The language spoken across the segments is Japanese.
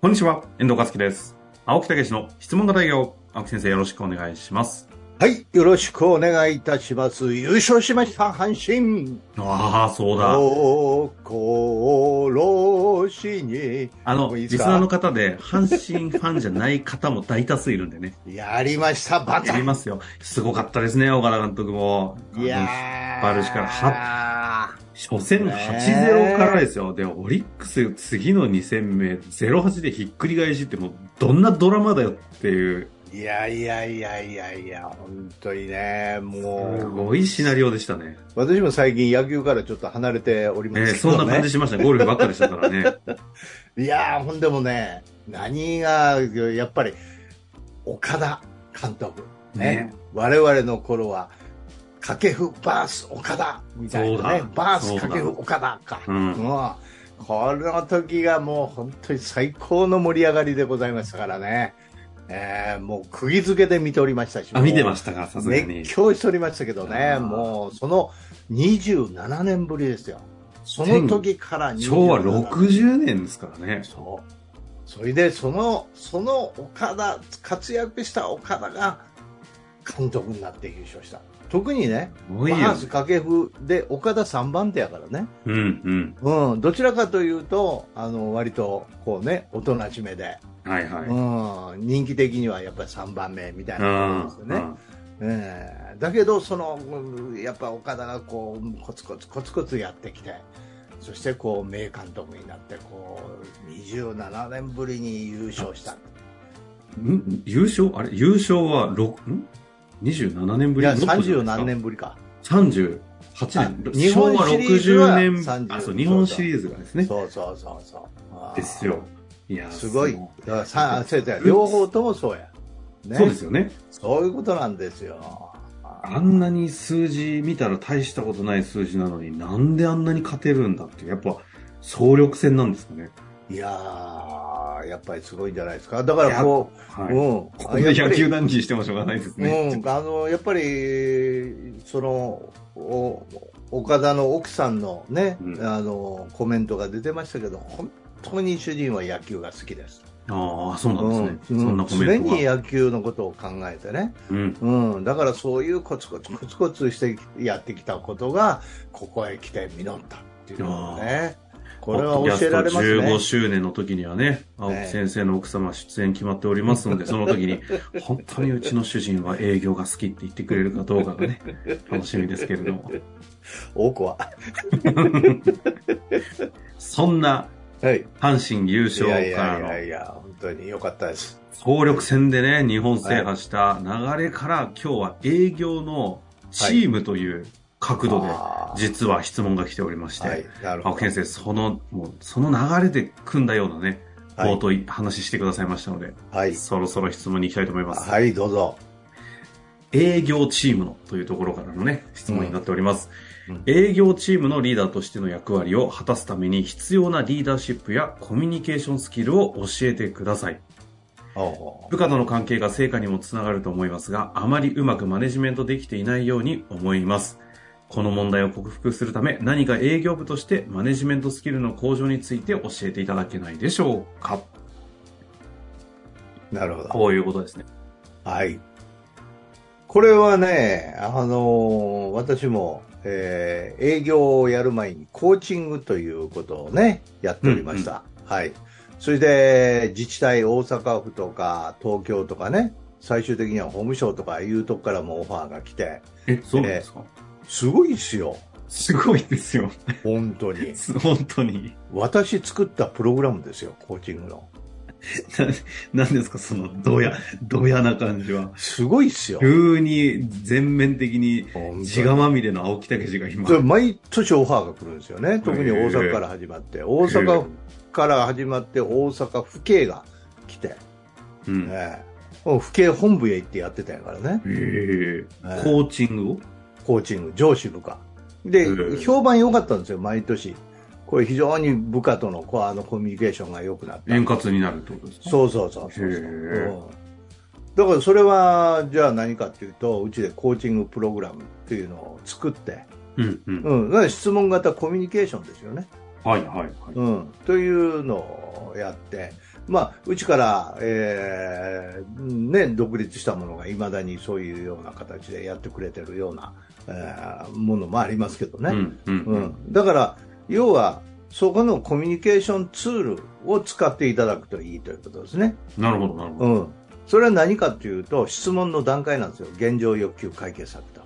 こんにちは、遠藤和樹です。青木武の質問型営業、青木先生よろしくお願いします。はい、よろしくお願いいたします。優勝しました、阪神。ああ、そうだ。心しに。あもの、ういいリですスかナーの方で、阪神ファンじゃない方も大多数いるんでね。やりました、バやタりますよ。すごかったですね、小原監督も。いやー。バルシからは初戦8-0からですよ。で、オリックス次の2戦目、0-8でひっくり返しって、もうどんなドラマだよっていう、いやいやいやいやいや、本当にね、すもう、ごいシナリオでしたね。私も最近野球からちょっと離れておりえまーすけそんどな感ねじ。しましたね。ゴルフばっかでしたから ね。いやー、ほんでもね、何が、やっぱり、岡田監督。ねね、我々の頃は、掛布バース岡田みたいなねそうだ、バースそうだ掛布岡田か。ううんんこの時がもう本当に最高の盛り上がりでございましたからね。えーもう釘付けで見ておりましたし。あ、見てまししたか、さすがに熱。狂しておりましたけどあね、ーもうその27年ぶりですよ。その時から27昭和60年ですからね。そう。それで、その、その岡田、活躍した岡田が監督になって優勝した。特にね、すごバいよース掛布で岡田3番手やからね。うんうん、どちらかというと、あの、割と、こうね、おとなじめで、うん。はいはい。うん、人気的にはやっぱり3番目みたいなことですよね。ね。えーだけどそのうんやっぱ岡田がこうコツコツコツコツやってきてそしてこう名監督になってこう27年ぶりに優勝したん優勝あれ優勝は6、ん ?27 年ぶいりやもっとじゃ30ない何年ぶりか、ですか ?38 あ年。日昭本和シリーズは60年、 30あ、そう、日本シリーズがですね。そうそうそうそうあーですよ。いや、すごいそうだからさあそうやそうや両方ともそうや、ね、そうですよね。そういうことなんですよあんなに数字見たら大したことない数字なのになんであんなに勝てるんだって、やっぱ総力戦なんですかね。いやーやっぱりすごいんじゃないですかだからこう、はい。うんここでやっ野ぱり球談義してもしょうがないですね。うん、あのやっぱりそのお岡田の奥さんのね、うんあのコメントが出てましたけど本当に主人は野球が好きです。ああ、そうなんですうね。んそんなコメント常にが。野球のことを考えてね、うん。うん、だからそういうコツコツコツコツしてやってきたことがここへ来て実ったっていうのをねこれは教えらポッドキャれますスト15ね。周年の時にはね、青木先生の奥様出演決まっておりますので、その時に、本当にうちの主人は営業が好きって言ってくれるかどうか がね、楽しみですけれども。多くは、そんなはい、阪神優い勝やいかやいらやのいや本当に良かったです。総力戦でね、日本制覇した流れから、今日は営業のチームという角度で、あー実は質問が来ておりましはてい、、なるほ青ど木。先生、その、もう、その流れで組んだようなね、はい冒頭い話してくださいましたので、はいそろそろ質問に行きたいと思います。はい、どうぞ。営業チームのというところからのね、質問になっております。うん営業チームのリーダーとしての役割を果たすために必要なリーダーシップやコミュニケーションスキルを教えてください。お部下との関係が成果にもつながると思いますが、あまりうまくマネジメントできていないように思います。この問題を克服するため、何か営業部としてマネジメントスキルの向上について教えていただけないでしょうかなるほど。こういうことですね。はい。これはね、あのー私も、えー営業をやる前にコーチングということをね、やっておりました。はい。それで、自治体、大阪府とか、東京とかね、最終的には法務省とかいうとこからもオファーが来て、え、そうなんですか、すごいっすよ。すごいですよ。本当 に。 本当 に。私作ったプログラムですよ、コーチングの。何ですか、その、どや、どやな感じは。すごいっすよ。急に全面的に本当に血がまみれの青木武が今そ。れ毎年オファーが来るんですよね、特に大阪から始まって、大阪から始まって、大阪府警が来て、うん。へええもう府警本部へ行ってやってたんやからね、え。ええコーチングをコーチング、上司部下。でへえ、評判良かったんですよ、毎年。これ、非常に部下とのこうあのコミュニケーションが良くなった。円滑になるってことですかそうそうそうそうそうへえうんだからそれは、じゃあ何かっていうと、うちでコーチングプログラムっていうのを作って、うんうん。うん、だから質問型コミュニケーションですよね。はいはいはい。うん、というのをやってまあ、うちから、えーね、独立したものがいまだにそういうような形でやってくれてるような、えーものもありますけどね。うんうんうんだから、要は、そこのコミュニケーションツールを使っていただくといいということですね。なるほど、なるほど。うん。それは何かというと、質問の段階なんですよ。現状欲求解決策と。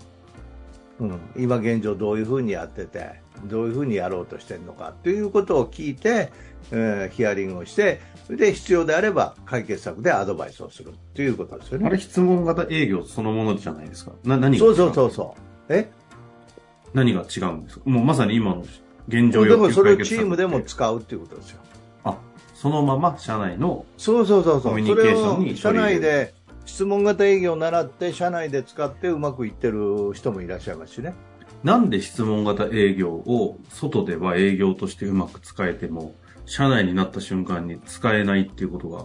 うん。今現状どういうふうにやってて、どういうふうにやろうとしてるのかということを聞いて、えーヒアリングをして、で、必要であれば解決策でアドバイスをするということですよあれ、ね。質問型営業そのものじゃないですか。な、何がそうそうそうそう。え何が違うんですかもうまさに今の現状で要も求それを解決チ策ームでもって使うということですよ。そのまま社内の、そうそうそうそコミう。ュニそケーれショをンに社取り入れる内で質問型営業を習って社内で使ってうまくいってる人もいらっしゃいますしね。なんで質問型営業を外では営業としてうまく使えても、社内になった瞬間に使えないっていうことが、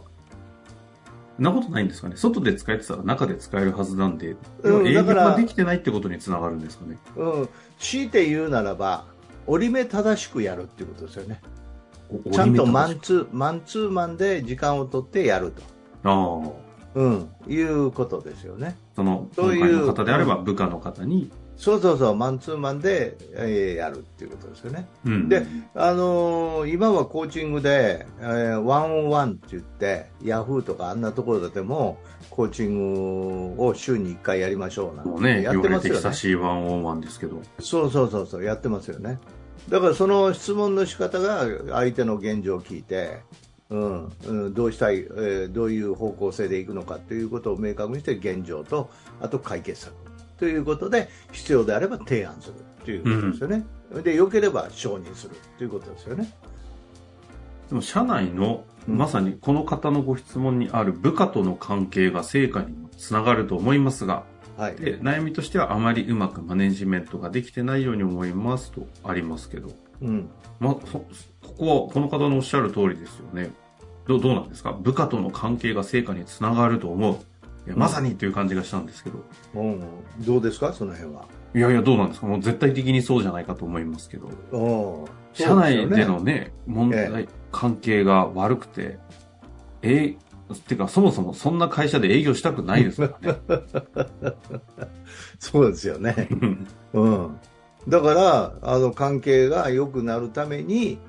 なことないんですかね外で使えてたら中で使えるはずなんで、うん営業だからができてないってことにつながるんですかねうん、強いて言うならば折り目正しくやるっていうことですよね。おちゃんと折り目マ正しンツーマンツーマンで時間を取ってやると、くああ。うん、いうことですよね。その、そ今ういう回の方であれば部下の方に、そうそうそう、マンツーマンで、えーやるっていうことですよね。うんで、あのー今はコーチングで、えーワンオンワンって言って、ヤフーとかあんなところでも、コーチングを週に1回やりましょうなんもうてね、や言っわれてますてよね久。しいワンオンワンですけど。そうそうそうそうやってますよねだからその質問の仕方が相手の現状を聞いて、うんうん、どうしたい、えーどういう方向性でいくのかということを明確にして現状とあと解決策ということで必要であれば提案するということですよね、で良ければ承認するということですよねでも社内の、うんまさにこの方のご質問にある部下との関係が成果につながると思いますが、はいで悩みとしてはあまりうまくマネジメントができてないように思いますとありますけど、うん、ま、そここはこの方のおっしゃる通りですよねどうどうなんですか部下との関係が成果につながると思ういやまさにという感じがしたんですけど、うん、どうですかその辺はいやいやどうなんですかもう絶対的にそうじゃないかと思いますけど、うん社内でそうのね問題、え関係が悪くてえーてかそもそもそんな会社で営業したくないです からねすよねそうですよねうんうん、だからあの関係が良くなるために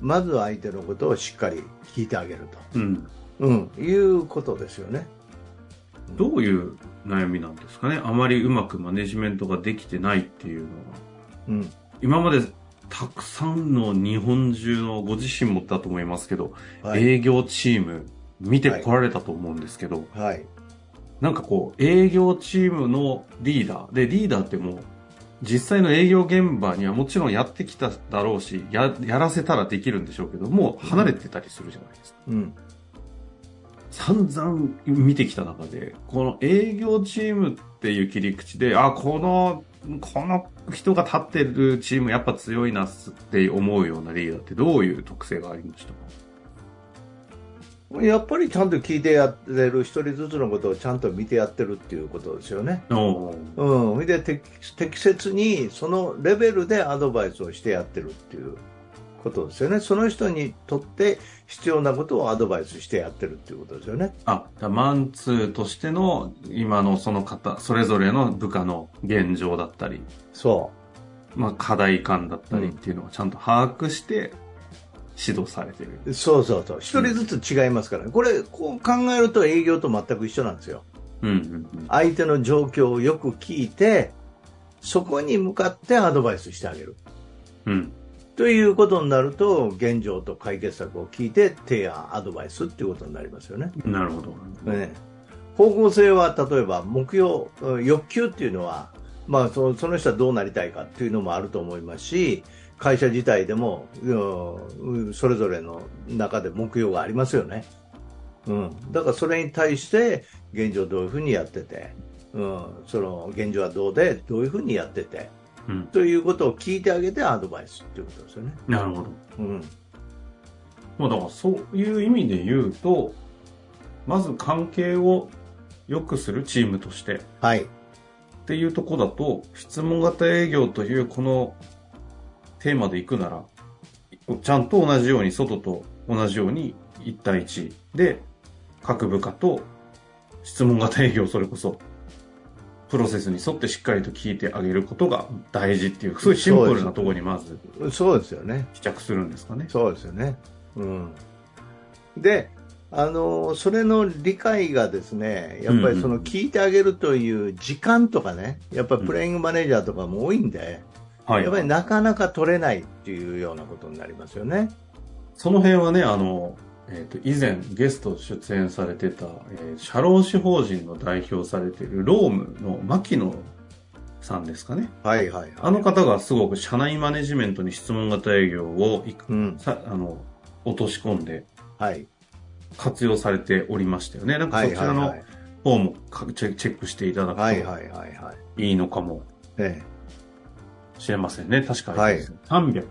まず相手のことをしっかり聞いてあげるうんと、うん、いうことですよね。どういう悩みなんですかねあまりうまくマネジメントができてないっていうのはうん今までたくさんの日本中のご自身もだと思いますけど、はい営業チーム見てこられたと思うんですけど、はいなんかこう営業チームのリーダーでリーダーってもう実際の営業現場にはもちろんやってきただろうしややらせたらできるんでしょうけどもう離れてたりするじゃないですか、うん散々見てきた中でこの営業チームっていう切り口であこのこの人が立ってるチームやっぱ強いなって思うようなリーダーってどういう特性がありましたかやっぱりちゃんと聞いてやってる一人ずつのことをちゃんと見てやってるっていうことですよね。おうん、それで適適切にそのレベルでアドバイスをしてやってるっていうことですよね。その人にとって必要なことをアドバイスしてやってるっていうことですよね。あ、だマンツーとしての今のその方、それぞれの部下の現状だったり、そうまあ課題感だったりっうんていうのをちゃんと把握して指導されてる。そうそうそう、一人ずつ違いますからね、これ、こう考えると営業と全く一緒なんですよ、うんうんうん。相手の状況をよく聞いて、そこに向かってアドバイスしてあげるうん。ということになると、現状と解決策を聞いて、提案、アドバイスっていうことになりますよね。なるほど。ね方向性は例えば目標、うん欲求っていうのは、まあ、そのその人はどうなりたいかっていうのもあると思いますし会社自体でも、うんうんそれぞれの中で目標がありますよね、うん、だからそれに対して現状どういうふうにやってて、うん、その現状はどうでどういうふうにやっててうん。ということを聞いてあげてアドバイスっていうことですよね。なるほど。うんまあだからそういう意味で言うと、まず関係を良くするチームとして、はいっていうとこだと質問型営業というこのテーマでいくならちゃんと同じように外と同じように1対1で、各部下と質問型営業、それこそ、プロセスに沿ってしっかりと聞いてあげることが大事っていう、すごいシンプルなところにまずそうですよね。帰着するんですかね。そうですよね。うん。で、あの、それの理解がですね、やっぱうりそんうんうのん聞いてあげるという時間とかね、やっぱりプレイングマネージャーとかも多いんで、はいやっ。ぱりなかなか取れないっていうようなことになりますよね。その辺はね、あの、えっ、と、以前ゲスト出演されてた、えー社労士法人の代表されているロームの牧野さんですかね。はいはい、はい。あの方がすごく社内マネジメントに質問型営業をいくうん。さあの落とし込んではい。活用されておりましたよね。なんかはそいちはらいのはい。方もかチェチェックしていただはくいとはいはいはい。いいのかもえしれませんね。確かに、はい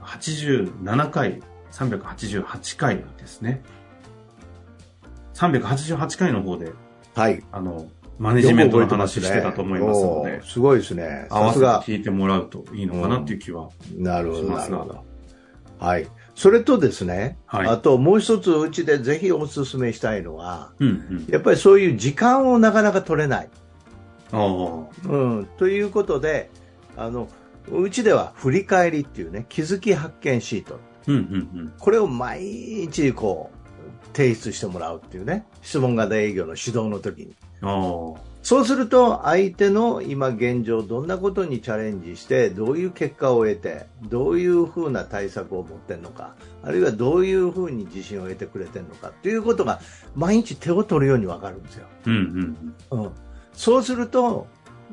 387回、388回ですね。388回の方で、え。はい。あの、マネジメントの話してたと思いますよのく覚えてでま、すねおーすごいですね。合わせさすてが。聞いてもらうといいのかなっていう気は。なるほしど、まなするがほど。はい。それとですね、あはい。ともう一つうちでぜひお勧めしたいのは、うんうん。やっぱりそういう時間をなかなか取れない。ああ。うん、ということで、あの、うちでは振り返りっていうね、気づき発見シート。うんうんこれを毎日こう、提出してもらうっていうね、質問型営業の指導の時に。うん。ああ。そうすると、相手の今現状、どんなことにチャレンジして、どういう結果を得て、どういうふうな対策を持ってるのか、あるいはどういうふうに自信を得てくれてるのかっていうことが、毎日手を取るようにわかるんですよ。うんうんうん、そうすると、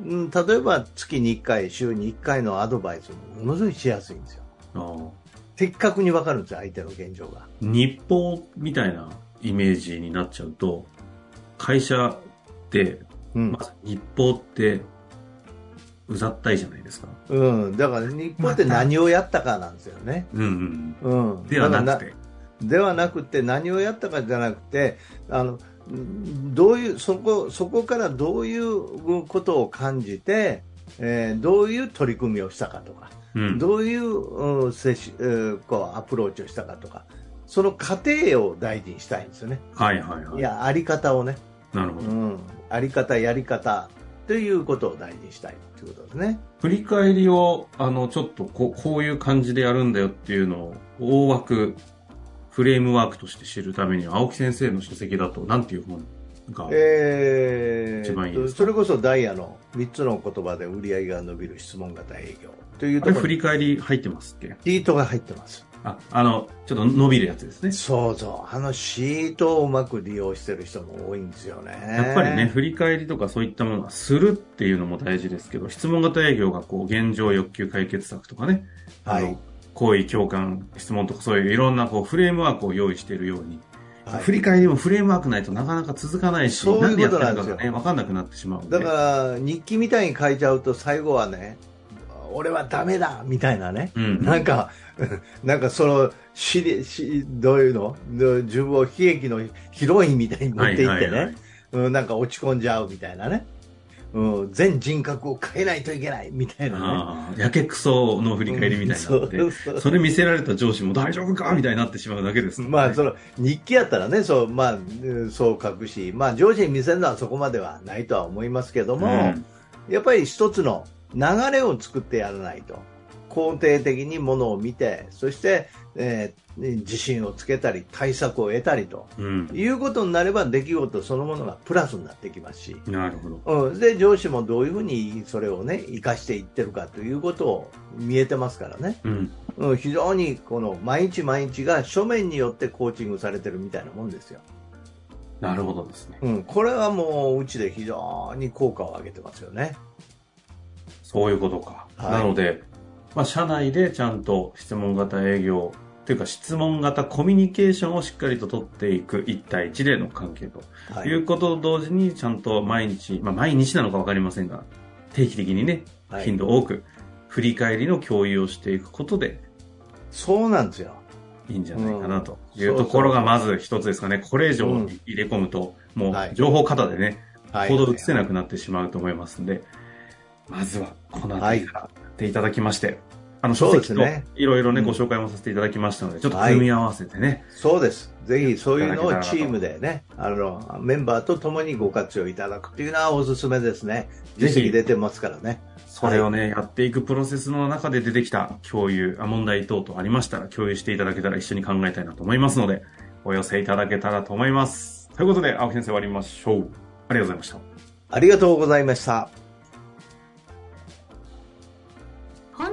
うん、例えば月に1回、週に1回のアドバイスもものすごいしやすいんですよ。うん。ああ。的確にわかるんですよ、相手の現状が。日報みたいなイメージになっちゃうと、会社って、うんまず日報って、うざったいじゃないですか。うん、だから日本って何をやったかなんですよね。うんうん。うん、ではなだくからて。ではなくて何をやったかじゃなくてあのうんどういうそこそこからどういうことを感じて、えーどういう取り組みをしたかとか、うん。どういう、うん接しえーこうアプローチをしたかとかその過程を大事にしたいんですよね、はいはいはいい。やあり方をね、なるほうど。ん、あり方やり方ということを大事にしたいということですね。振り返りを、あの、ちょっとこう、こういう感じでやるんだよっていうのを、大枠、フレームワークとして知るためには、青木先生の書籍だと、なんていう本が、えー一番いいですかそれこそダイヤの3つの言葉で売り上げが伸びる質問型営業というあとれころ振にり返り入ってますっけシートが入ってます。あ、あの、ちょっと伸びるやつですね。そうそう。あのシートをうまく利用してる人も多いんですよね。やっぱりね、。振り返りとかそういったものはするっていうのも大事ですけど、質問型営業がこう、現状欲求解決策とかね、はあいの。行為共感、質問とかそういういろんなこう、フレームワークを用意しているように、はい振り返りもフレームワークないとなかなか続かないし、そういうことななんんででやってるかすよがね、わかんなくなってしまうんで。だから、日記みたいに書いちゃうと最後はね、俺はダメだみたいなね。うん。なんか、 なんかその、しり、し、どういうのどう自分を悲劇のヒロインみたいに持っていってね、はいうん、なんか落ち込んじゃうみたいなね。うん、全人格を変えないといけないみたいなね。ああ、やけくその振り返りみたいになって、うんそうそうそれ見せられた上司も大丈夫かみたいになってしまうだけですもんね、 まあその日記やったらね、そうまあ、うんそう書くし、まあ、上司に見せるのはそこまではないとは思いますけども、うんやっぱり一つの流れを作ってやらないと、肯定的にものを見て、そして、えー自信をつけたり、対策を得たりとうん。いうことになれば、出来事そのものがプラスになってきますし、なるほど。うん、で上司もどういうふうにそれをね、生かしていってるかということを見えてますからね。うん。うん、非常にこの毎日毎日が書面によってコーチングされてるみたいなもんですよ。なるほどですね。うん、これはもううちで非常に効果を上げてますよね。そういうことか。はいなので、まあ、社内でちゃんと質問型営業、というか質問型コミュニケーションをしっかりと取っていく1対1での関係とはいいうことと同時にちゃんと毎日、まあ毎日なのかわかりませんが、定期的にね、はい頻度多く振り返りの共有をしていくことでそうなんですよ。いいんじゃないかなとうんいうところがまず一つですかね。これ以上入れ込むと、もはいう情報型でね、はい行動移せなくなってしまうと思いますんで、まずはこの辺りからやっていただきまして、あの、書そうで籍すとねいろいろね、うんご紹介もさせていただきましたので、ちょっとはい組み合わせてね、そうです。ぜひそういうのをチームでね、あの、メンバーと共にご活用いただくというのはおすすめですね。ぜぜひひ出てますからね。それをね、やっていくプロセスの中で出てきた共有、あ問題等々ありましたら共有していただけたら一緒に考えたいなと思いますので、お寄せいただけたらと思います。ということで、青木先生終わりましょう。ありがとうございました。ありがとうございました。本